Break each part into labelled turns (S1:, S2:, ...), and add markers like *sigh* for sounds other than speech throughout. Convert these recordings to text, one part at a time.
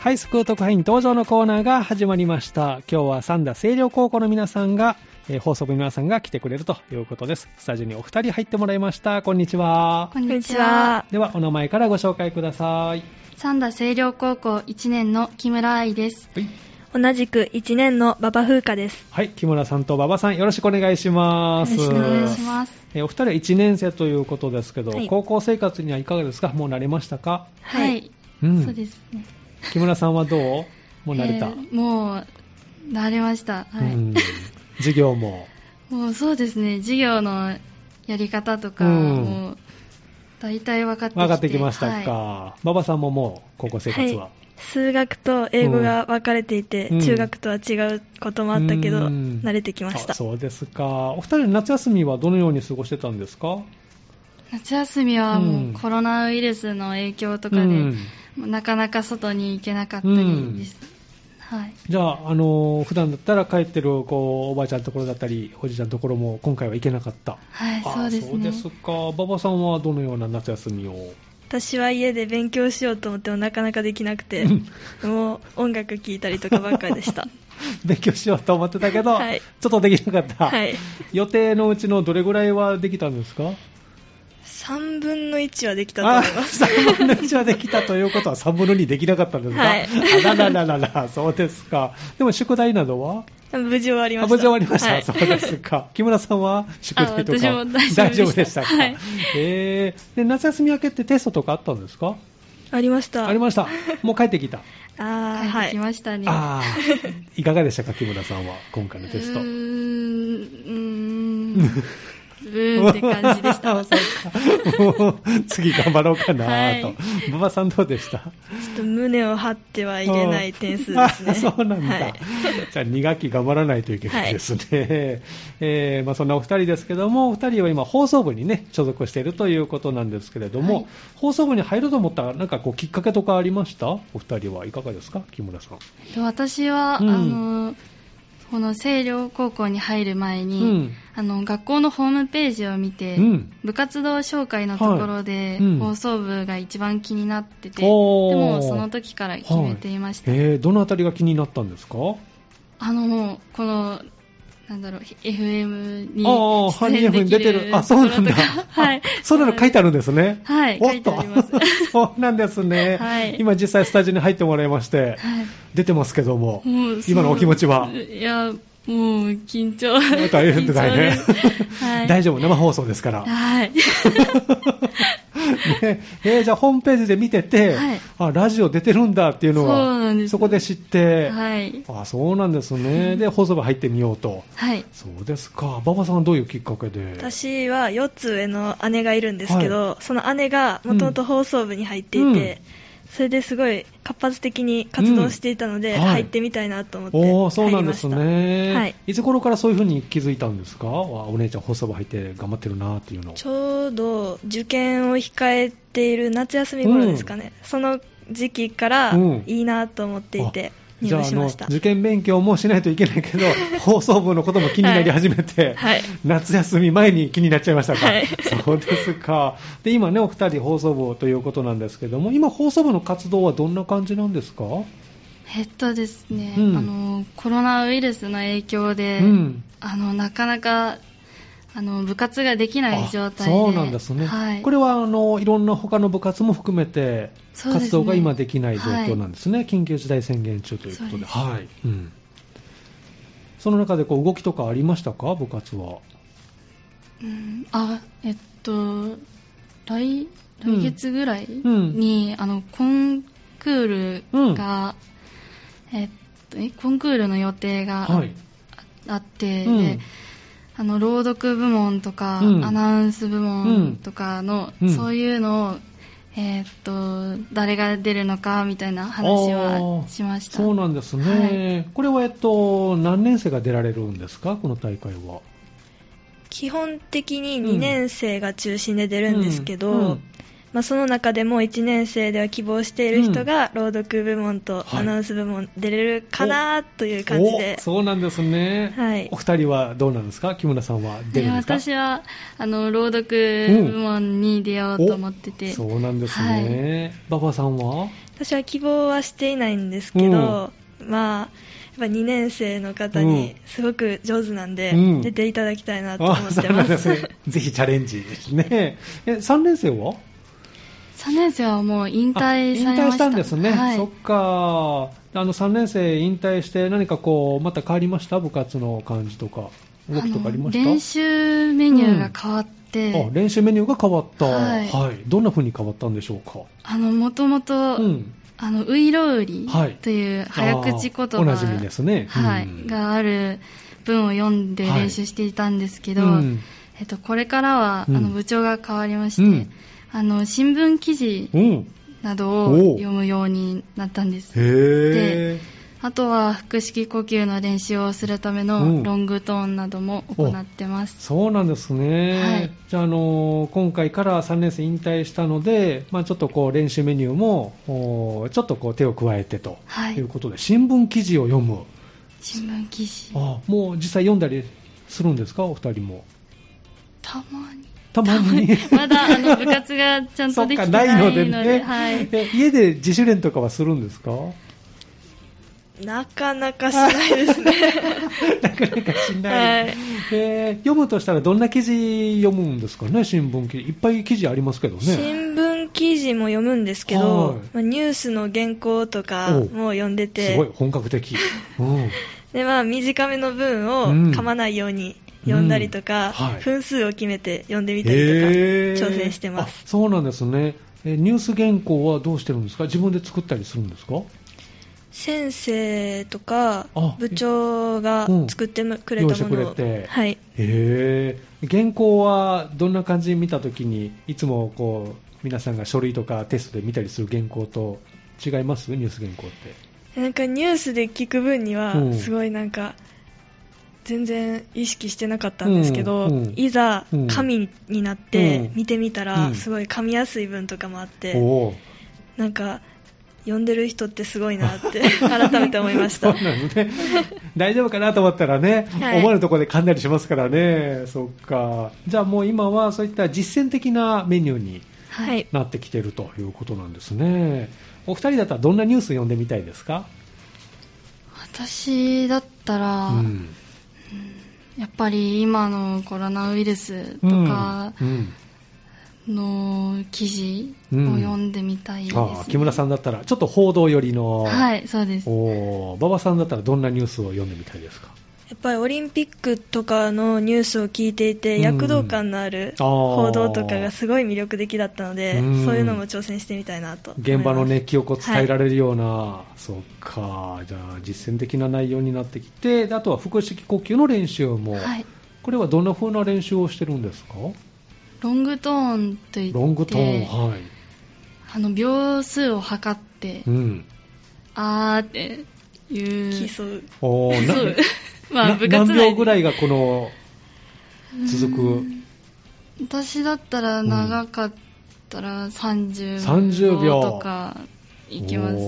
S1: ハイスクー特派員登場のコーナーが始まりました。今日は三田清涼高校の皆さんが、えー放送部の皆さんが来てくれるということです。スタジオにお二人入ってもらいました。こんにちは。
S2: こんにちは。
S1: では、お名前からご紹介ください。
S2: 三田清涼高校1年の木村愛です。
S1: はい。
S3: 同じく1年の馬場風花です。
S1: はい、木村さんと馬場さん、よろしくお願いします。
S2: よろしくお願いします。
S1: えーお二人は1年生ということですけど、
S3: はい
S1: 高校生活にはいかがですかもう慣れましたか
S2: は
S3: はい
S2: い。
S1: うん
S2: そうですね。
S1: 木村さんはどうもう慣れた、
S2: えーもう、慣れました。はい。
S1: うん授業も
S2: もうそうですね、授業のやり方とか、
S1: うん
S2: もう、大体分かってきて。
S1: 分かってきましたか、
S2: は
S1: 馬場さんももう高校生活は、
S3: はい数学と英語が分かれていて、
S1: うん
S3: 中学とは違うこともあったけど、
S1: うん
S3: 慣れてきました
S1: あ。そうですかお二人の夏休みはどのように過ごしてたんですか
S2: い夏休みはも
S1: うん
S2: うコロナウイルスの影響とかで、
S1: うん
S2: もうなかなか外に行けなかったりです。はい。
S1: じゃあ、あのー普段だったら帰ってるこうおばあちゃんのところだったりおじいちゃんのところも今回は行けなかった
S2: はい、
S1: あ
S2: そうですね。
S1: そうですか馬場さんはどのような夏休みを *laughs*
S3: 私は家で勉強しようと思ってもなかなかできな
S1: *laughs*
S3: くて、もう音楽聴いたりとかばっかりでした。
S1: 勉強しようと思ってたけど、
S3: はい
S1: ちょっとできなかった、
S3: はい。
S1: 予定のうちのどれぐらいはできたんですか
S3: 3分の1はできたと思います。
S1: あ3分の1はできたということは3分の2できなかったんですか、
S3: はい
S1: あららららら、そうですか。でも宿題などは
S3: 無事終わりま
S1: あ
S3: した。
S1: 無事終わりました、
S3: はい
S1: そうです
S2: *laughs*
S1: か。木村さんは宿題とか
S2: あ私も大丈夫
S1: *laughs*
S2: でした
S1: でしたか、
S2: はい
S1: えーで夏休み明けってテストとかあったんですか
S3: ありました。
S1: ありま
S3: し
S1: した。もう帰ってき
S2: *laughs*
S1: た。
S3: た。あー
S2: 帰っ
S3: は
S2: てき
S3: い。
S2: ましたね。
S1: ああ、いかがでしたか、木村さんは、今回のテスト。
S2: うーん、うーん、うーんって感じ
S1: *laughs*
S2: でした。
S1: そっかもう次頑張ろうかな
S2: は
S1: と
S2: い。
S1: 馬場さんどうでした
S3: ちょっと胸を張ってはいけない点数で
S1: あ
S3: すね。
S1: そうなんだ。
S3: はい
S1: *laughs* じゃあ2学期頑張らないといけないですね。えーまあ、そんなお二人ですけども、お二人は今放送部にね、所属しているということなんですけれども、
S2: はい
S1: 放送部に入ろうと思ったなんかこうきっかけとかありましたお二人はいかがですか木村さん。
S2: 私は、
S1: うん
S2: あの、この清涼高校に入る前に、
S1: うん
S2: あの、学校のホームページを見て、
S1: うん
S2: 部活動紹介のところで、
S1: はいうん
S2: 放送部が一番気になってて、で
S1: おー
S2: もその時から決めていました。
S1: はいえーどのあたりが気になったんですか
S2: あの、もう、この、なんだろう、FM に
S1: ああ、ハニ
S2: 出
S1: ー
S2: 演
S1: フ
S2: で
S1: に
S2: き
S1: 出
S2: る
S1: てる。あ、そうなんだ。
S2: ところとか *laughs* はい。
S1: そうなの書いてあるんですね。
S2: はい
S1: おっと
S2: 書いてあります
S1: *laughs* そうなんですね。
S2: はい
S1: 今実際スタジオに入ってもらいまして、
S2: はい。
S1: 出てますけども、
S2: もう
S1: 今のお気持ちはい
S2: や、もう緊張。
S1: 大変だ
S2: *laughs*
S1: ね
S2: 緊張ですはい。
S1: 大
S2: 丈
S1: 丈夫、生放送ですから。 *laughs*
S2: はい。
S1: ねえーじゃあホームページで見てて、
S2: はい
S1: あラジオ出てるんだっていうのは
S2: そうなんです
S1: こで知って、
S2: はい。
S1: あそうなんですね、で放送部入ってみようと、
S2: はい。
S1: そうですか、馬場さん、どういうきっかけで、
S3: 私は4つ上の姉がいるんですけど、
S1: は
S3: その姉がもともと放送部に入っていて、
S1: うん
S3: それですごい活発的に活動していたので、
S1: うんはい
S3: 入ってみたいなと思って
S1: おーそう
S3: 入
S1: な
S3: り
S1: んで
S3: まし
S1: す
S3: た、
S1: ね、
S3: はいい、
S1: つ頃からそういうふうに気づいたんですか、わお姉ちゃん、放送部入って頑張ってるなっていうの、
S3: ちょうど受験を控えている夏休み頃ですかね、その時期から
S1: うん
S3: いいなと思っていて入
S1: じゃあ
S3: 部
S1: あ
S3: し
S1: の
S3: ました、
S1: 受験勉強もしないといけないけど、放送部のことも気になり始めて、
S3: はい
S1: 夏休み前に気になっちゃいましたか、
S3: はい
S1: そうですか、で今ね、お二人、放送部ということなんですけども、今、放送部の活動はどんな感じなんですか、
S2: えっとですね、
S1: うん
S2: あの、コロナウイルスの影響で、
S1: うん
S2: あの、なかなか、あの、部活ができない状態
S1: あ
S2: で。
S1: そうなんですね、
S2: はい。
S1: これはあのいろんな他の部活も含めて、
S2: そうですね
S1: 活動が今できない状況なんですね、緊急事態宣言中ということ
S2: そう
S1: で、
S2: です
S1: はいうん、その中でこう動きとかありましたか、部活は。
S2: うんあ、えっと、来、
S1: うん
S2: 来月ぐらい
S1: ん
S2: に、あの、コンクールが、えっと、えコンクールの予定が
S1: はい
S2: あって、
S1: うん
S2: であの朗読部門とか、
S1: うん
S2: アナウンス部門とかの、
S1: うん
S2: そういうのを、えーっと誰が出るのかみたいな話はしました
S1: そうなんですね、これは、えっと、何年生が出られるんですか、この大会は。
S3: 基本的に2年生が中心で出るんですけど、
S1: うんうん
S3: まあ、その中でも1年生では希望している人が朗読部門と
S1: はい
S3: アナウンス部門出れるかなという感じで
S1: お、そうなんですね、
S3: はい
S1: お二人はどうなんですか木村さんは出
S2: で
S1: るんですか
S2: 私はあの朗読部門に出ようと思ってて、
S1: そうなんですね、馬場さんは
S3: 私は希望はしていないんですけど、まあ、やっぱ2年生の方にすごく上手なんで、
S1: うん
S3: 出ていただきたいなと思
S1: あ
S3: っ
S1: *laughs* そ
S3: て
S1: うな
S3: ま。
S1: んですすねぜひチャレンジですねえ3年生は
S2: 3年生はもう引退さ
S1: あ
S2: れ
S1: 引
S2: ま
S1: 退し
S2: した
S1: たんですね、
S2: はい
S1: そっかあの3年生引退して何かこうまた変わりました部活の感じとか動きとかありまし
S2: あ
S1: た
S2: の練習メニューが変わって、
S1: あ練習メニューが変わった、は
S2: はいい
S1: どんな風に変わったんでしょうか、
S2: あのもともと、
S1: うん、
S2: あのウイロウリ
S1: はい
S2: という早口言葉、
S1: あーおなじみですね
S2: はい
S1: うん
S2: がある文を読んで練習していたんですけど、
S1: うん
S2: えっと、これからは、
S1: うん
S2: あの部長が変わりまして、
S1: うん
S2: あの新聞記事
S1: うん、
S2: など
S1: お
S2: を
S1: う
S2: 読むようになったんです
S1: へえ
S2: あとは腹式呼吸の練習をするため
S1: うん
S2: のロングトーンなども行ってます、
S1: そうなんですね、
S2: はい
S1: じゃあ、あのー今回から3年生引退したので、まあ、ちょっとこう練習メニューもおーちょっとこう手を加えてと
S2: はい
S1: いうことで、新聞記事を読む
S2: 新聞記事
S1: あもう実際読んだりするんですかお二人も
S2: たまに
S1: たまに
S2: *laughs* まだあの部活がちゃんとでき
S1: そってかな
S2: な
S1: いい
S2: の
S1: の
S2: で
S1: でね、
S2: はい、
S1: え家で自主練とかはするん
S3: *laughs*
S1: ですか
S3: なかなかしないで
S1: *laughs*
S3: すね。
S1: なかなかしない、
S3: はい
S1: えー読むとしたらどんな記事読むんですかね新聞記事いっぱい記事ありますけどね
S3: 新聞記事も読むんですけど、
S1: はい
S3: まあニュースの原稿とかも読んです
S1: ごい
S3: て、
S1: 本格的、うん、
S3: でまあ、短めの文を
S1: うん
S3: 噛まないように読んだりとか、
S1: うんはい
S3: 分数を決めて読んでみたりとか、
S1: えー
S3: 挑戦してます。
S1: あそうなんですねえーニュース原稿はどうしてるんですか自分で作ったりするんですか
S3: 先生とか
S1: あ
S3: 部長が
S1: うん
S3: 作ってくれたもの
S1: 用意し
S3: を、
S1: てくれて
S3: はい、
S1: へえ原稿はどんな感じに見たときにいつもこう皆さんが書類とかテストで見たりする原稿と違いますニュース原稿って
S3: なんかニュースで聞く分には
S1: うん
S3: すごいなんか全然意識してなかったんですけど、
S1: うんうん
S3: いざ
S1: うん
S3: 紙になっ
S1: う
S3: て
S1: ん
S3: 見てみた
S1: う
S3: ら
S1: ん
S3: すごい噛みやすい文とかもあって、
S1: おー
S3: なんか読んでる人ってすごいなって *laughs* 改めて思いまし
S1: そう
S3: た
S1: なのね *laughs* 大丈夫かなと思ったらね、
S3: はい
S1: 思わぬところで噛んだりしますからねそっかじゃあもう今はそういった実践的なメニューに
S2: は
S3: はいい、
S1: なってきてるということなんですねお二人だったらどんなニュース読んでみたいですか
S2: 私だった
S1: う
S2: ら、
S1: ん
S2: やっぱり今のコロナウイルスとか
S1: うんうん
S2: の記事を読んでみたいです、ね
S1: あー木村さんだったらちょっと報道寄りの
S2: はい、そうです。
S1: おー馬場さんだったらどんなニュースを読んでみたいですか
S3: やっぱりオリンピックとかのニュースを聞いていて
S1: うん
S3: 躍動感のある
S1: あー
S3: 報道とかがすごい魅力的だったので、
S1: うん
S3: そういうのも挑戦してみたいなと思います
S1: 現場の熱気をこう伝えられるような、そっかじゃあ実践的な内容になってきてであとは腹式呼吸の練習も、
S2: はい。
S1: これはどんな風な練習をしてるんですか
S2: ロングトーンといって、
S1: ロングトーンはい、
S2: あの秒数を測って、
S1: うん、
S2: あーっていう、
S3: 競う
S1: おーな
S2: そうまあ
S1: な
S2: 部活内で
S1: 何秒ぐらいがこの続く
S2: 私だったら長かったら
S1: 30
S2: 30
S1: 秒
S2: 秒とかいきますね。
S1: お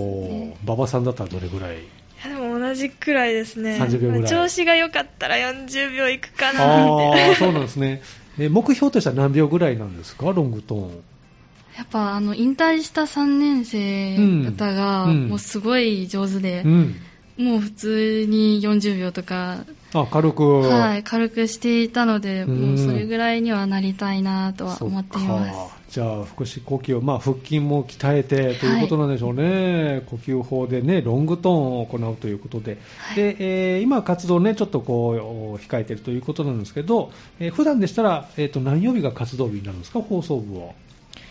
S1: ー馬場さんだったらどれぐらい
S3: いやでも同じくらいですね
S1: 30秒ぐらい
S3: まあ調子が良かったら40秒いくかな
S1: あ
S3: みたい
S1: あそうなんですねえ目標としては何秒ぐらいなんですかロングトーン
S2: やっぱあの引退した3年生方が
S1: うんうん
S2: もうすごい上手で
S1: う、ん
S2: もう普通に40秒とか、
S1: あ軽く、
S2: はい、軽くしていたので、
S1: うん
S2: もうそれぐらいにはなりたいなとは
S1: そ
S2: 思っています
S1: か。じゃあ腹式呼吸を、まあ、腹筋も鍛えてということなんでしょうね、呼吸法で、ね、ロングトーンを行うということで,、
S2: はい
S1: でえー今、活動を、ね、ちょっとこう控えているということなんですけど、えー普段でしたら、えー、と何曜日が活動日になるんですか、放送部は。
S3: な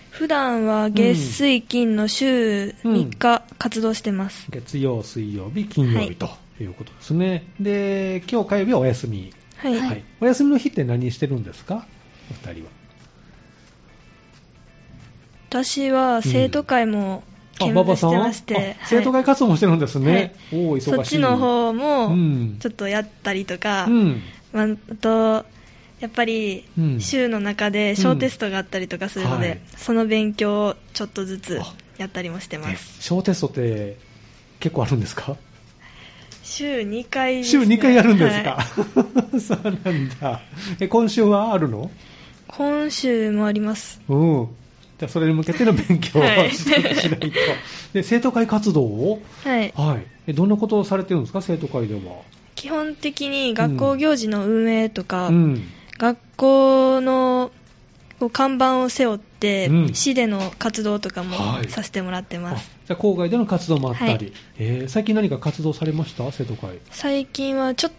S3: 普段は月水金の週3日活動してます、
S1: 月曜、水曜日、金曜
S3: は
S1: 日
S3: い
S1: ということですね、で今日火曜日はお休み、
S3: はい、
S1: はいお休みの日って何してるんですか、お二人は。
S3: 私は生徒会も
S1: あ
S3: 見
S1: 馬場
S3: 学
S1: さ
S3: して
S1: ん
S3: まして、はい
S1: あ生徒会活動もしてるんですね、おー忙しい
S3: そっちの方
S1: う
S3: も
S1: ん
S3: ちょっとやったりとか、
S1: うん
S3: まあ、あとやっぱり
S1: うん
S3: 週の中で小テストがあったりとかするので、
S1: うんはい
S3: その勉強をちょっとずつやったりもしてま
S1: え
S3: す
S1: 小テストって結構あるんですか
S3: 週2回です
S1: 週
S3: ね、
S1: 2回やるんですか、
S3: はい
S1: *laughs* そうなんだえ今週はあるの
S3: 今週もあります
S1: うんじゃあそれに向けての勉強を
S3: はい
S1: しないとで生徒会活動を
S3: はい
S1: はいえどんなことをされてるんですか生徒会では
S3: 基本的に学校行事の運営とか、
S1: うん
S3: 学校のこう看板を背負って、
S1: うん
S3: 市での活動とかも
S1: はい
S3: させてもらって
S1: あ
S3: ます、
S1: じゃあ郊外での活動もあったり、
S3: はい
S1: えー最近何か活動されました生徒会
S3: 最近はちょっ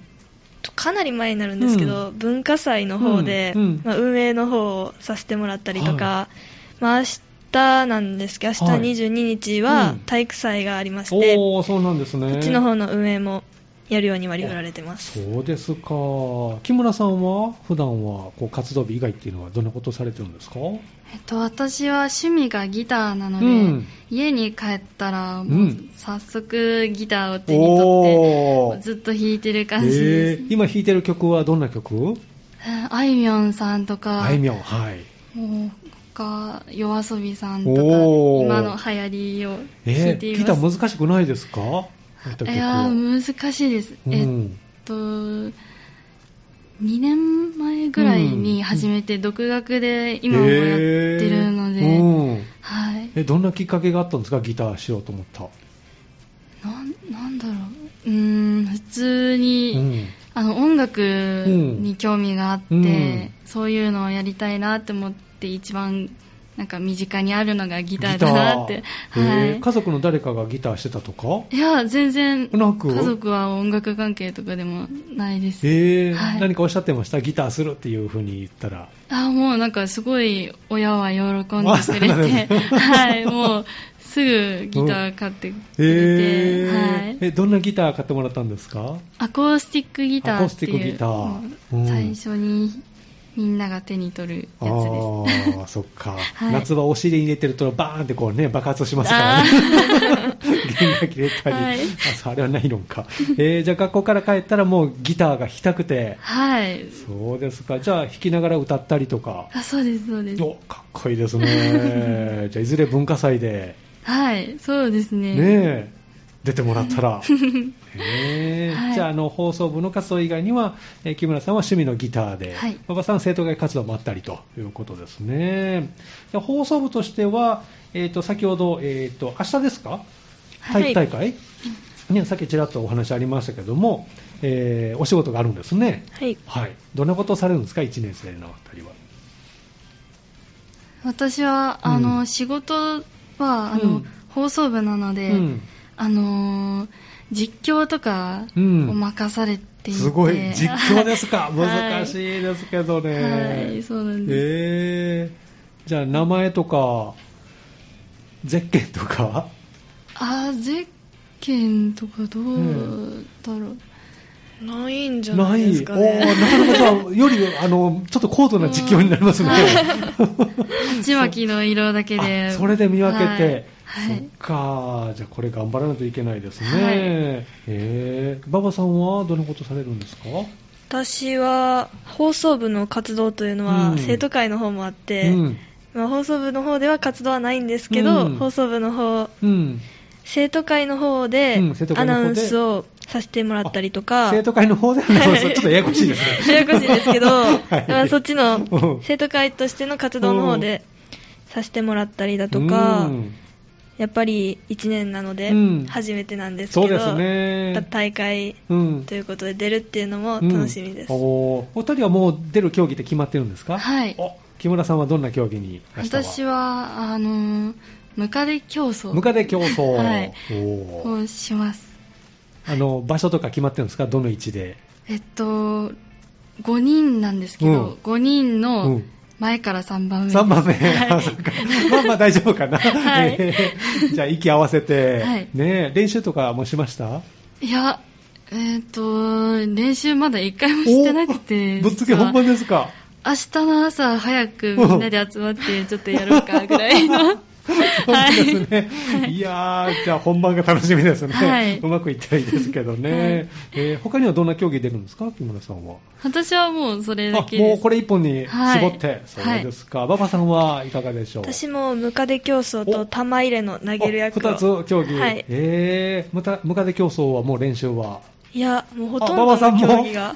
S3: とかなり前になるんですけど、文化祭の方で、
S1: うんうん
S3: まあ、運営の方をさせてもらったりとか、
S1: は
S3: まあ明日なんですけど明
S1: はい
S3: 日22日
S1: う
S3: は
S1: ん
S3: 体育祭がありまして、
S1: おおそうなんですね
S3: こっちの方の運営もやるように割り振られてます
S1: そうですか木村さんは普段はこう活動日以外っていうのはどんなことをされてるんですか
S2: えっと、私は趣味がギターなので、
S1: うん
S2: 家に帰ったら、
S1: う
S2: もうん早速ギターを手に取って、ずっと弾いてる感じで
S1: え
S2: す、
S1: ー今弾いてる曲はどんな曲
S2: あいみょんさんとか、
S1: あいみょんはい
S2: もう他夜遊びさんとか、
S1: おー
S2: 今の流行りを弾
S1: え
S2: いて
S1: ー、
S2: い
S1: ギ
S2: ま
S1: ター
S2: す。
S1: 難しくないですかやった曲
S2: いやー難しいです。
S1: う
S2: えっ
S1: ん、
S2: と、2年前ぐらいに始めて、独学で今もやってるので、
S1: えーうん
S2: はい。
S1: えどんなきっかけがあったんですかギターしようと思った、
S2: なんなんだろう、うーん、普通に、
S1: うん
S2: あの音楽に興味があって、
S1: うん
S2: そういうのをやりたいなって思って、一番なんか身近にあるのがギターだなって
S1: ギ、ター
S2: は
S1: えー
S2: い。
S1: 家族の誰かがギターしてたとか
S2: いや、全然、
S1: なく
S2: 家族は音楽関係とかでもないです。
S1: えー
S2: はい
S1: 何かおっしゃってましたギターするっていうふうに言ったら
S2: あもうなんかすごい親は喜んで
S1: あそう
S2: く
S1: なんで
S2: れ
S1: すね
S2: て、はい、もうすぐギター買ってくれて、
S1: えー
S2: はい。
S1: えどんなギター買ってもらったんですか
S2: アコースティックギターって
S1: アコースティック
S2: い
S1: ギ
S2: う
S1: ター
S2: もう
S1: うん
S2: 最初にみんなが手に取る
S1: あ
S2: やつです。
S1: ーそっか、
S2: はい
S1: 夏場お尻に入れてるとバーンってこうね爆発しますからね *laughs* 弦が切れたり、
S2: はい
S1: あそうあれはないのか、えーじゃあ学校から帰ったらもうギターが弾きたくて
S2: *laughs* はい。
S1: そうですかじゃあ弾きながら歌ったりとか
S2: あ、そうです、そうです。
S1: おかっこいいですね *laughs* じゃあいずれ文化祭で
S2: はい、そうですね。
S1: ねえ、出てもらった
S2: *laughs*
S1: ら。ねえ
S2: はい
S1: じゃあ、あの、放送部の活動以外には、えー木村さんは趣味のギターで、
S2: はい
S1: 馬場さんは生徒会活動もあったりということですね。で放送部としては、えっ、と、先ほど、えっ、と、明日ですか
S3: は
S1: 体
S3: い
S1: 育大会、ね、さっきちらっとお話ありましたけども、えーお仕事があるんですね。
S3: はい
S1: はい。どんなことをされるんですか、1年生のあたりは。
S2: 私は、
S1: うん
S2: あの、仕事は、あの、
S1: うん
S2: 放送部なので、
S1: うん
S2: あのー実況とかを
S1: うん
S2: 任されていて、、
S1: すごい、実況ですか
S2: *laughs*
S1: 難しいですけどね。
S2: はい、そうなんです。
S1: えー、じゃあ名前とかゼッケンとか
S2: あー、ゼッケンとかどうだろう。
S3: ないんじゃな
S1: ない
S3: で
S1: い
S3: すか
S1: おー
S3: ね
S1: なかなかよりあのちょっと高度な実況になりますね、
S2: 鉢巻きの色だけで。
S1: あそれで見分けて、
S2: はい。はい
S1: そっかじゃあこれ頑張らないといけないですね、
S2: はい
S1: えー、馬場さんはどんなことされるんですか
S3: *laughs* 私は放送部の活動というのは、
S1: うん
S3: 生徒会の方もあって、
S1: うん
S3: まあ、放送部の方では活動はないんですけど、
S1: うん
S3: 放送部の方
S1: うん、
S3: 生徒会の方で
S1: うん生徒
S3: ア
S1: 会の方
S3: ナ
S1: で
S3: ウンスをさせてもらったりとか、
S1: 生徒会の方ではないちょっとややこしいですね
S3: *laughs* ややこしいですけど、
S1: はい
S3: まあそっち
S1: う
S3: の
S1: ん
S3: 生徒会としての活動の方でさせてもらったりだとか、
S1: うん
S3: やっぱり1年なので
S1: うん
S3: 初めてなんです
S1: そ
S3: け
S1: うで
S3: ど、
S1: すね
S3: やっぱ大会
S1: うん
S3: ということで出るっていうのも楽しみです、
S1: うんおーお二人はもう出る競技って決まってるんですか
S2: はい
S1: お木村さんはどんな競技に明日は
S2: 私は、あのームカデ競争
S1: ムカデ競争、
S2: はい
S1: おー
S2: をします。
S1: あの場所とか決まってるんですかどの位置で、
S2: えっと、5人なんですけど、
S1: うん
S2: 5人
S1: う
S2: の
S1: ん
S2: 前から3番目です。
S1: 3番目、
S2: はい
S1: あそっかまあまあ大丈夫かな、
S2: はい
S1: えーじゃあ息合わせて、
S2: はい
S1: ねえ、練習とかもしました
S2: いや、えっと、練習まだ1回もしてなくて、
S1: おぶっつけ本番ですか *laughs*
S2: *laughs* 明日の朝早くみんなで集まって、ちょっとやろうかぐらいの。はい
S1: そうですね。いやー、じゃあ本番が楽しみですね。
S2: はいう
S1: まくいったらいいですけどね。
S2: はい
S1: えー他にはどんな競技出るんですか、木村さんは。
S2: 私はもうそれだ
S1: あ
S2: けです。
S1: もうこれ一本に絞って、
S2: はい
S1: そうですか、馬場さんはいかがでしょう
S3: 私もムカデ競争
S1: お
S3: と玉入れの投げる役を
S1: 2つ競技、
S3: はい
S1: えー、またムカデ競争はもう練習はい
S3: やもうほとん
S1: あ馬場さ
S3: ど
S1: ん
S3: の
S1: も
S3: 競技が、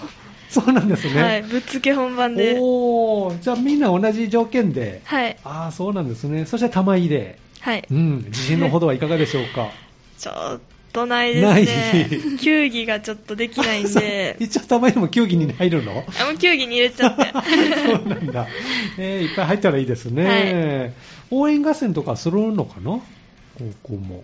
S1: そうなんですね、
S3: はい、ぶっつけ本番で
S1: おーじゃあみんな同じ条件で、
S3: はい
S1: ああそうなんですねそして玉入れ、
S3: はい
S1: うん、自信のほどはいかがでしょうか
S3: ちょっとないです
S1: な
S3: ね *laughs* 球技がちょっとでき
S1: *laughs*
S3: ないんで
S1: 一応玉入れも球技に入るの
S3: あもう球技に入れちゃって
S1: *laughs* そうなんだ、えーいっぱい入ったらいいですね、応援合戦とかするのかな高校も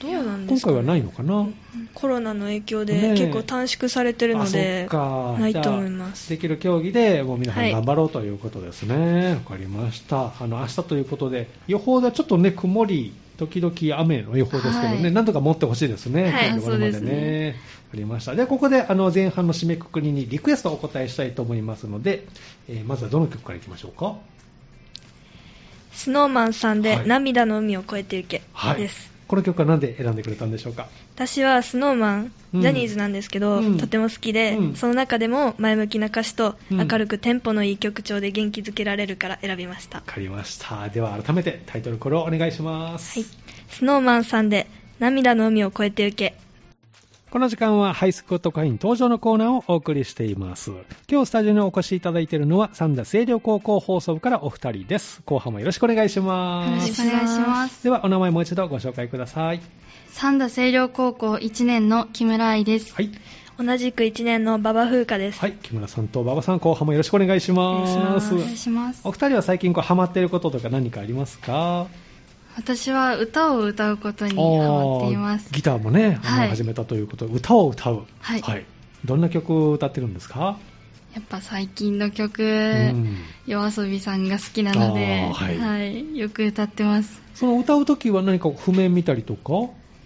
S3: どうなんで
S1: 今
S3: すか
S1: 回
S3: ね、
S1: はないのかな、
S3: コロナの影響で
S1: ねえ
S3: 結構短縮されてるので、
S1: あそっか
S3: ないと思いま
S1: じゃ
S3: す
S1: あできる競技でもう皆さ
S3: は
S1: ん
S3: い
S1: 頑張ろうということですね、わかりましたあの明日ということで予報がちょっとね曇り時々雨の予報ですけどね、
S2: はい
S1: なんとか持ってほしいですね、
S3: はい
S1: 終わるまで
S2: そうです
S1: ね
S2: ね
S1: わかりましたではここであの前半の締めくくりにリクエストをお答えしたいと思いますので、えーまずはどの曲からいきましょうか
S3: スノーマンさんで
S1: はい
S3: 涙の海を越えてゆけ
S1: はい
S3: です、
S1: この曲は何で選んでくれたんでしょうか
S3: 私はスノーマン、
S1: うん
S3: ジャニーズなんですけ
S1: う
S3: ど、
S1: ん
S3: とても好きで、
S1: うん
S3: その中でも前向きな歌詞と
S1: うん
S3: 明るくテンポのいい曲調で元気づけられるから選びました、
S1: わかりましたでは改めてタイトルコールをお願いします、
S3: はい、スノーマンさんで涙の海を越えてゆけ
S1: この時間はハイスクート会員登場のコーナーをお送りしています。今日スタジオにお越しいただいているのは三田清涼高校放送部からお二人です。後半もよろしくお願いし
S2: よろ
S1: ま
S2: しく
S1: す。
S2: お願いします。
S1: ではお名前もう一度ご紹介ください。
S2: 三田清涼高校1年の木村愛です。
S1: はい。
S3: 同じく1年の馬場風花です、
S1: はい。木村さんと馬場さん、後半もよろしくお願いします。
S2: お願いします
S1: お。二人は最近こうハマっていることとか何かありますか
S2: 私は歌を歌うことにハマっています
S1: あー。ギターもね、あの
S2: はい
S1: 始めたということで、歌を歌う。
S2: はい
S1: どんな曲を歌ってるんですか、
S2: やっぱ最近の曲、
S1: うん
S2: 夜遊びさんが好きなので、
S1: あーはい
S2: はい、よく歌ってます。
S1: その歌うときは何か譜面見たりとか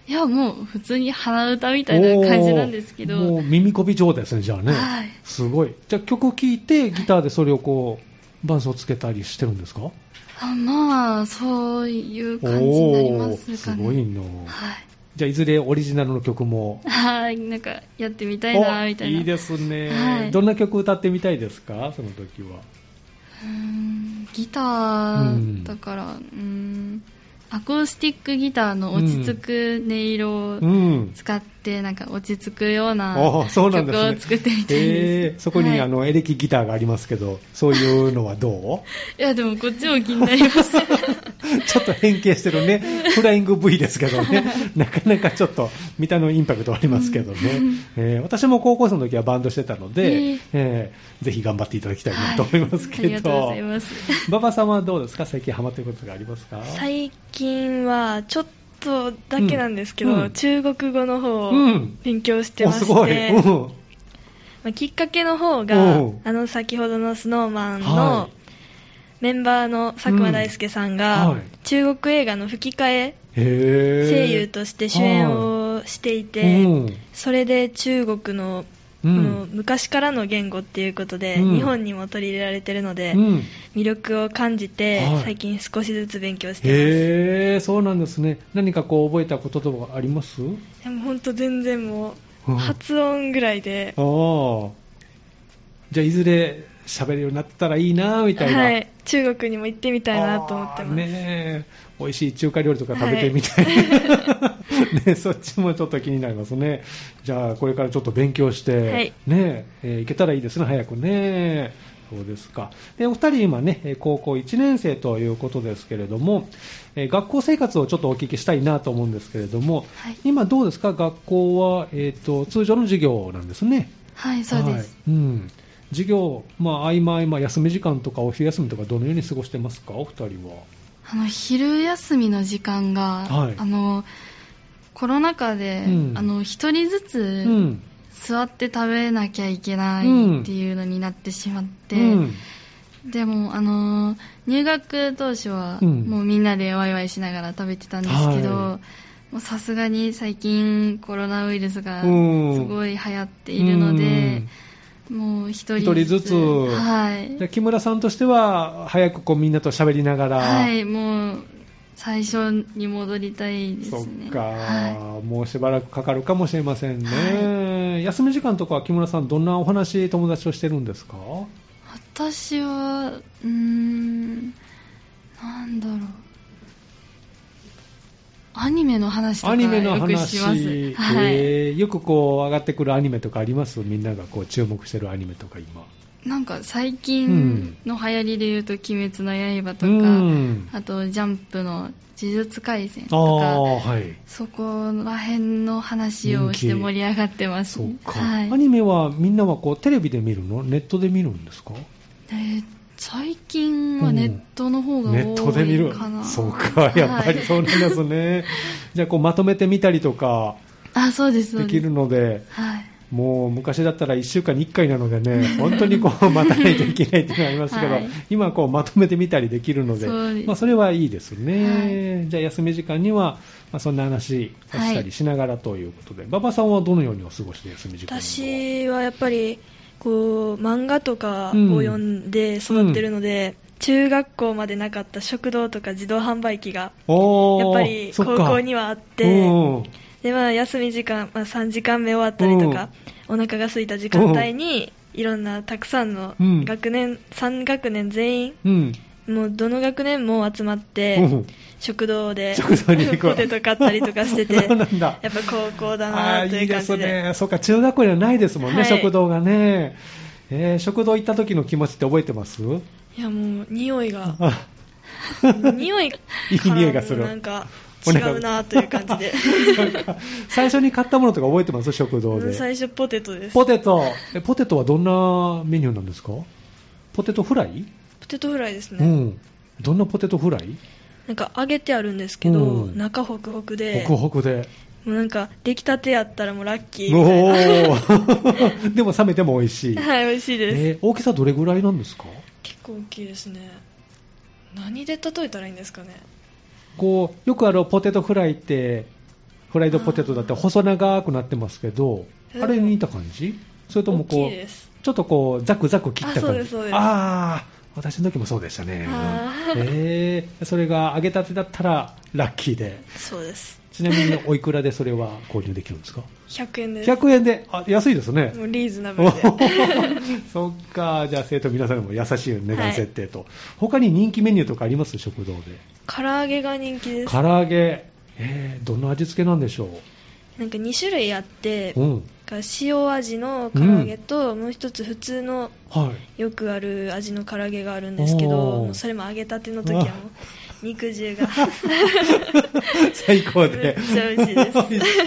S2: いや、もう普通に鼻歌みたいな感じなんですけ
S1: おーも
S2: ど、
S1: う耳こび状態ですね、じゃあね。
S2: はい
S1: すごい。じゃあ曲聴いて、ギターでそれをこう、伴奏つけたりしてるんですか
S2: あまあ、そういう感じになりますかね。
S1: おーすごいな
S2: はい。
S1: じゃあ、いずれオリジナルの曲も。
S2: はい、なんかやってみたいな、
S1: お
S2: みたいな。
S1: いですね、
S2: はい
S1: どんな曲歌ってみたいですかその時は。
S2: うーんギターだから、うーん、アコースティックギターの落ち着く音色を
S1: うん。
S2: 使って、なんか落ち着くような曲
S1: お
S2: を
S1: ーそうなんですね。
S2: 作ってみた
S1: え
S2: いで
S1: ー
S2: す。
S1: そこに、
S2: はい
S1: あのエレキギターがありますけど、そういうのはどう
S2: いや、でもこっちも気になります。
S1: *laughs* ちょっと変形してるね、フライング V ですけどね、なかなかちょっと見た目のインパクトありますけどね、えー私も高校生の時はバンドしてたので、
S2: えー
S1: えーぜひ頑張っていただきたいなと思います
S2: あり
S1: け
S2: が
S1: ど、
S2: とうございます。
S1: 馬場さんはどうですか、最近ハマってることがありますか
S3: 最近はちょっとだけなんですけど、
S1: うんうん
S3: 中国語の方を
S1: うん
S3: 勉強してま
S1: おす
S3: し
S1: ご
S3: て、
S1: い、うん
S3: まあきっかけの方が
S1: おう
S3: あの先ほどの
S1: は
S3: SnowMan の
S1: い
S3: メンバーの佐久間大介さんが、
S1: うんはい
S3: 中国映画の吹き替え
S1: へー
S3: 声優として主演をしていて、
S1: うん
S3: それで中国の,、
S1: う
S3: の
S1: ん
S3: 昔からの言語っていうことで、
S1: うん
S3: 日本にも取り入れられてるので、
S1: うん
S3: 魅力を感じて、
S1: はい
S3: 最近少しずつ勉強してます。
S1: へーそうなんですね、何かこう覚えたこととかあります
S3: でも本当全然も
S1: う
S3: うん発音ぐらいで、
S1: ああ。じゃあ、いずれ喋るようになったらいいな、みたいな。
S3: はい、中国にも行ってみたいなと思って
S1: あー
S3: ます、
S1: ねえ美味しい中華料理とか食べてみたい、 *laughs* ね、そっちもちょっと気になりますね。じゃあ、これからちょっと勉強して、
S3: はい
S1: ねえ、えーいけたらいいですね、早くね。そうですか。で、お二人今ね、えー高校1年生ということですけれども、えー学校生活をちょっとお聞きしたいなと思うんですけれども、
S2: はい
S1: 今どうですか学校は、えーと、通常の授業なんですね。
S2: はい、そうです。
S1: はいうん、授業、まあ、合間合間、休み時間とかお昼休みとか、どのように過ごしてますか、お二人は。
S2: あの、昼休みの時間が、
S1: はい
S2: あの、コロナ禍で、
S1: うん
S2: あの、一人ずつ、
S1: うん
S2: 座って食べなきゃいけな
S1: うん
S2: いっていうのになってしまって、
S1: うん
S2: でも、あのー入学当初は
S1: うん
S2: もうみんなでワイワイしながら食べてたんですけど、
S1: は
S2: もうさすがに最近コロナウイルスがす
S1: うん
S2: ごい流行っているので、もう一人ずつ
S1: 一人ずつ
S2: は
S1: うん
S2: い
S1: じゃあ木村さんとしては、早くこうみんなと喋りながら、
S2: はいもう最初に戻りたいです
S1: そっ
S2: ね。
S1: か、
S2: は
S1: もうしばらくかかるかもしれませんね、休み時間とかは木村さん、どんなお話、友達としてるんですか
S2: い、私は、うーん、なんだろう。アニメの話とか
S1: アニメの
S2: よく
S1: 話、
S2: します。はい。
S1: えーよくこう上がってくるアニメとかありますみんながこう注目してるアニメとか今。
S2: なんか最近の流行りで言うと、鬼滅の刃とか、
S1: うん
S2: あと、ジャンプの呪術廻戦
S1: あ
S2: とか、
S1: あ、はい。
S2: そこら辺の話をして盛り上がってます、
S1: そう
S2: ね。
S1: か、
S2: はい
S1: ア。ニメはみんなはこうテレビで見るのネットで見るんですか
S2: えー最近はネットの方が
S1: ネットで
S2: 多
S1: 見る
S2: いかな。
S1: そうか、やっぱりそうなんですね。
S2: *laughs*
S1: じゃあこうまとめてみたりとか
S2: はいあ、そうです、そう
S1: で
S2: で
S1: き
S2: す。
S1: るので、
S2: はい。
S1: もう昔だったら1週間に1回なのでね、本当にこう待たないといけないってなりますけど、
S2: はい
S1: 今はこうまとめてみたりできるので、
S2: そうです
S1: まあ、それはいいですね。じゃあ休み時間には、まあ、そんな話をしたりしながらということで、馬場さんはどのようにお過ごしで休み時間を
S3: 私はやっぱりこう漫画とかを読んで育ってるので、中学校までなかった食堂とか自動販売機が
S1: おー
S3: やっぱり
S1: そっ
S3: 高
S1: か
S3: 校にはあっ
S1: うんうん
S3: てで、まあ、休み時間、まあ、3時間目終わったりとか、お腹が空いた時間帯にいろんなたくさんの
S1: うん
S3: 学年、3学年全員
S1: うん。
S3: もうどの学年も集まって、
S1: うん
S3: 食堂で
S1: 食堂に行こう
S3: ポテト買ったりとかしててや
S1: *laughs*
S3: っ
S1: そうな
S3: ぱ
S1: んだ
S3: 高校だ
S1: ああ
S3: な
S1: ー
S3: とい
S1: いいう
S3: 感
S1: で
S3: じ
S1: す
S3: で
S1: ね。そうか、中学校にはないですもんね、
S3: はい
S1: 食堂がね。えー食堂行った時の気持ちって覚えてます
S3: いやもう匂
S1: *laughs*
S3: いが
S1: あ
S3: 匂いか
S1: いい匂いがする
S3: らもなんか
S1: お
S3: 違
S1: 腹が
S3: うなという
S1: *laughs*
S3: 感じで
S1: 最初に買ったものとか覚えてます食堂
S3: うん
S1: で。
S3: *laughs* 最初ポテトですポ
S1: ポテト。えポテトはどんなメニューなんですかポテトフライ、
S3: テトフライですね、
S1: うん。どんなポテトフライ
S3: なんか揚げてあるんですけど、
S1: うん
S3: 中ホクホクで
S1: ホクホクで。
S3: もうなんか出来たてやったらもうラッキーみたい
S1: お
S3: な
S1: ー *laughs* でも冷めても美味しい。
S3: はい美味しいです、
S1: えー大きさどれぐらいなんですか
S3: 結構大きいですね何で例えたらいいんですかね
S1: こう、よくあの、ポテトフライって、フライドポテトだって細長くなってますけど、
S3: うん
S1: あれに似た感じそれとも
S3: 大
S1: こ、
S3: きいうです
S1: ちょっとこう、ザクザク切った感じ
S3: あそうですそうです
S1: あー私の時もそうでしたね。
S3: あー
S1: えー、それが揚げたてだったらラッキーで。
S3: そうです
S1: ちなみにおいくらでそれは購入できるんですか
S3: 100円です
S1: 100円で、あ、安いですね。
S3: もうリーズナブ
S1: お
S3: ルで
S1: ー *laughs* そっか、じゃあ生徒皆さんも優しい値段設定と、他に人気メニューとかあります食堂で。
S3: 唐揚げが人気です
S1: 唐揚げ、えー、どんな味付けなんでしょ
S3: なんか2種類あって
S1: う。うん。
S3: が塩味の唐揚げと、もう一つ普通の
S1: はい。
S2: *laughs*
S3: よくある味の唐揚げがあるんですけど
S1: おー
S3: もうそれも揚げたての時はもう肉
S1: *laughs*
S3: 汁が
S1: 最高で。
S3: めっちゃ美味しいです
S1: *laughs* 美味しい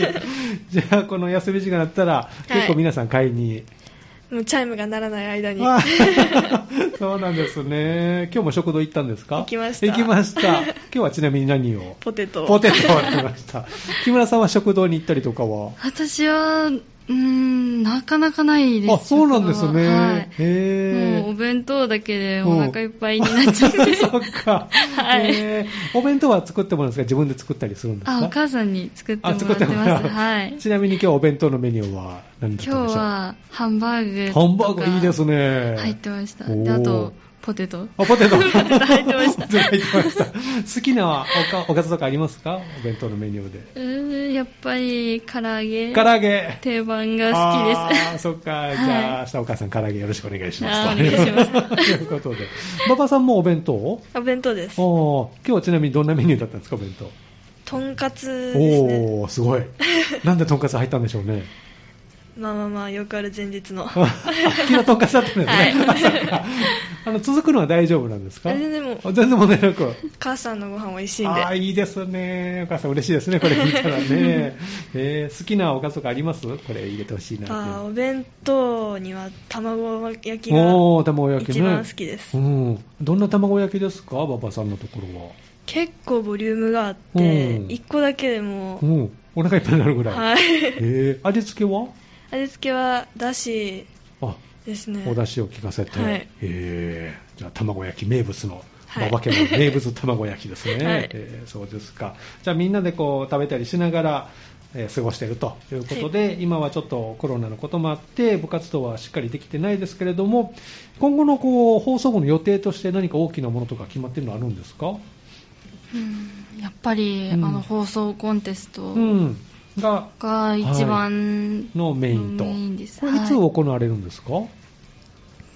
S1: じゃあ、この休み時間だったら、結構皆さん買いに。
S3: もうチャイムが鳴らない間に
S1: あ *laughs* そうなんですね。今日も食堂行ったんですか
S3: 行きました
S1: 行きました。今日はちなみに何を
S3: ポテト
S1: ポテトを食べました。木村さんは食堂に行ったりとかは
S2: 私は、うーん、なかなかないです。
S1: あ、そうなんですね。
S2: はい
S1: へ
S2: もうお
S1: ー。
S2: 弁当だけでお腹いっぱいになっちゃって。
S1: *laughs* そっか。
S2: はい
S1: へーお弁当は作ってもらうんですか自分で作ったりするんですか
S2: *laughs* あ、お母さんに作っても
S1: あ
S2: らって
S1: 作ってもら
S2: ま
S1: う
S2: す。はい。
S1: ちなみに今日お弁当のメニューは何だった
S2: 今
S1: んでしょう
S2: 日はハンバーグ。
S1: ハンバーグいいです
S2: ね。
S1: ね。
S2: 入ってました。
S1: お
S2: で、
S1: ー
S2: あと、ポテト。
S1: あ、ポテト。
S2: 入ってました
S1: ポテト入ってました。好きなおかおかずとかありますかお弁当のメニューで。
S2: うーん、やっぱり、唐揚げ。
S1: 唐揚げ。
S2: 定番が好きです。
S1: あーそっか。じゃあ、明日お母さん唐揚げよろしくお願いします。
S2: あーお願いします
S1: ということで。馬場さんもお弁当を
S3: お弁当です
S1: おー今日はちなみにどんなメニューだったんですか、お弁当。
S3: とんかつですね
S1: おー、すごい。なんでとんかつ入ったんでしょうね。
S3: まあまあまあよくある前日
S1: *laughs*
S3: の
S1: あ昨日とんかつだったんですね。
S2: は
S1: そっか *laughs* あの続くのは大丈夫なんですか
S3: あ全然もう
S1: あ全然問題なく。
S3: 母さんのご飯美味しいんで
S1: ああー、いいですね。お母さん嬉しいですね、これ聞いたら
S3: *laughs*
S1: ね。えー好きなおかずとかありますこれ入れてほしいなって。
S3: あーお弁当には卵焼きが
S1: おー、卵焼きね。
S3: 一番好きです
S1: うん。どんな卵焼きですか馬場さんのところは。
S3: 結構ボリュームがあって
S1: うん
S3: 1個だけでも
S1: うん。お腹いっぱいになるぐらい。
S3: はい *laughs*
S1: えー味付けは
S3: 味付けはだし
S1: あ、
S3: ですね
S1: お出汁を効かせて。
S3: はい
S1: えーじゃあ卵焼き名物の。
S3: は
S1: 馬
S3: い
S1: 場家の名物卵焼きですね、
S3: *laughs* はい
S1: えーそうですかじゃあみんなでこう食べたりしながら、えー過ごしているということで、今はちょっとコロナのこともあって部活動はしっかりできてないですけれども今後のこう放送後の予定として何か大きなものとか決まってるのあるんですか
S3: う
S2: うんやっぱり、
S1: うん
S2: あの放送コンテスト
S1: うん。が、
S2: が一番、
S1: のメインと。
S2: メインです
S1: これいつ行われるんですか、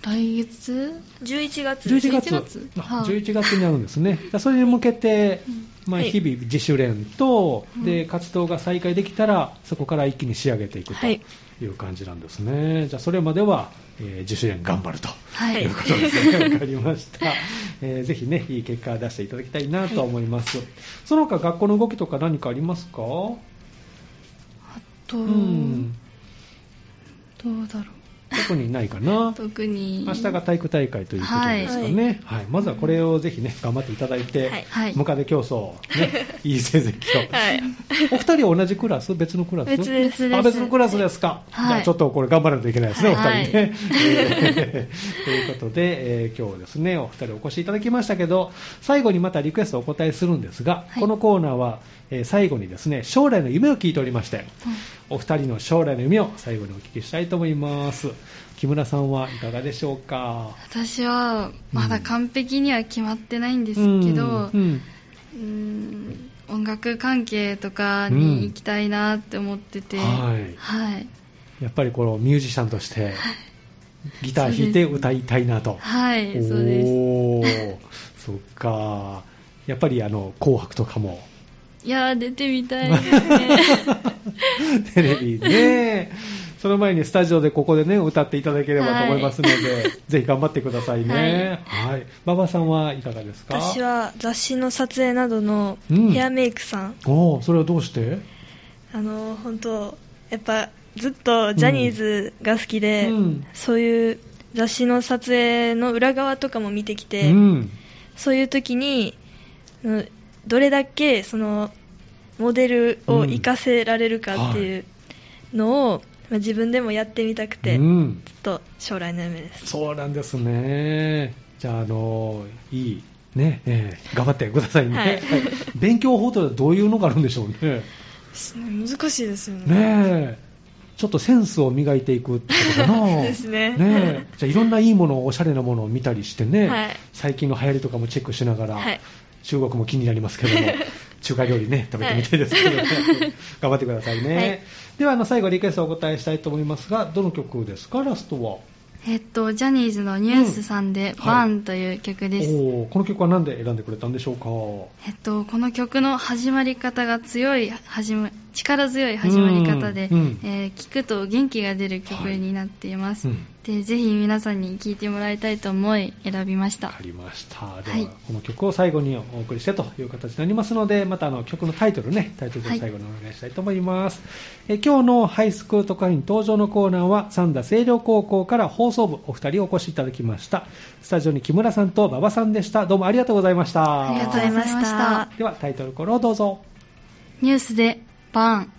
S2: 来月
S3: 11月
S1: 11月
S2: 11月
S1: あ
S2: はい
S1: 11月になるんですね、じゃあそれに向けて、まあ、
S3: はい
S1: 日々自主練と、
S2: うん
S1: で活動が再開できたらそこから一気に仕上げていく
S3: はい
S1: という感じなんですね、じゃあそれまでは、えー自主練頑張ると。
S2: は
S1: とい
S2: いう
S1: ことですね。わかりました。えーぜひね、いい結果を出していただきたいなと思います。その他学校の動きとか何かありますか
S2: あと、
S1: うん。
S2: どうだろ
S1: 特にないか
S2: う
S1: な。
S2: 特に
S1: 明日が体育大会ということですかね、はいまずはこれをぜひね頑張っていただいて、
S3: はい
S2: はい
S1: ムカデ競争、ね、いい成績を、
S3: *laughs* はい
S1: お二人は同じクラス別のクラス
S3: 別です
S2: 別です
S1: あ別のクラスですか、
S2: はい
S1: じゃあちょっとこれ頑張らないといけないですね、
S2: はい
S1: お二人ね、えー *laughs* ということで、えー今日はですねお二人お越しいただきましたけど最後にまたリクエストをお答えするんですが、
S2: はい
S1: このコーナーは、えー最後にですね将来の夢を聞いておりましてお二人の将来の夢を最後にお聞きしたいと思います木村さんはいかがでしょうか
S2: 私はまだ完璧には決まってないんですけど、
S1: うんうん
S2: うん音楽関係とかに行きたいなって思ってて、
S1: うんはい
S2: はい、
S1: やっぱりこのミュージシャンとしてギター弾いて歌いたいなと
S2: はいそうです
S1: おー、そっか。やっぱりあの、紅白とか
S2: *laughs*
S1: も、
S2: いやー出てみたいです
S1: *laughs*
S2: ね
S1: テレビね、その前にスタジオでここでね、歌っていただければと思いますので、ぜひ頑張ってくださいね。はい。馬場さんはいかがですか
S3: 私。は雑誌の撮影などの
S1: うん
S3: ヘアメイクさん、
S1: おーそれはどうして
S3: あの本当やっぱずっとジャニーズが好きで、
S1: うん
S3: そういう雑誌の撮影の裏側とかも見てきて、
S1: うん。
S3: そういう時にうんどれだけそのモデルを活かせられるかっていうのを、まあ自分でもやってみたくて、
S1: う
S3: ずっ
S1: ん。
S3: と将来の夢です
S1: そうなんですね。じゃあ、あの、いい。ね、えー頑張ってくださいね。
S3: はい
S1: *laughs* 勉強法とはどういうのがあるんでしょうね。
S3: 難しいですよ
S1: ねえ、ちょっとセンスを磨いていくってことかな。
S3: *laughs* ですね
S1: ねえ、じゃあいろんないいもの、おしゃれなものを見たりしてね、
S3: はい
S1: 最近の流行りとかもチェックしながら、
S3: はい
S1: 中国も気になりますけども。中華料理ね、食べてみたいですけどね。 *laughs* 頑張ってくださいね。
S3: はい
S1: では、あの、最後リクエストをお答えしたいと思いますが、どの曲ですか、ラストは。
S2: えっとジャニーズのニュースさんで
S1: うん
S2: 「
S1: はい
S2: バーンという曲です、
S1: おーこの曲は何で選んでくれたんでしょうか。
S2: えっと、この曲の始まり方が強い始ま力強い始まり方で、
S1: うんうん
S2: えー聞くと元気が出る曲になっています、
S1: うん
S2: でぜひ皆さんに聴いてもらいたいと思い選びました、
S1: わかりました。では、
S2: はい
S1: この曲を最後にお送りしてという形になりますので、またあの曲のタイトルね、タイトルで最後にお願いしたいと思います。え今日のハイスクール特派員登場のコーナーは、三田清涼高校から放送部お二人お越しいただきました。スタジオに木村さんと馬場さんでした。どうもありがとうございました。
S2: ありがとうございました
S1: では、タイトルコールをどうぞ。
S2: ニュースでバーン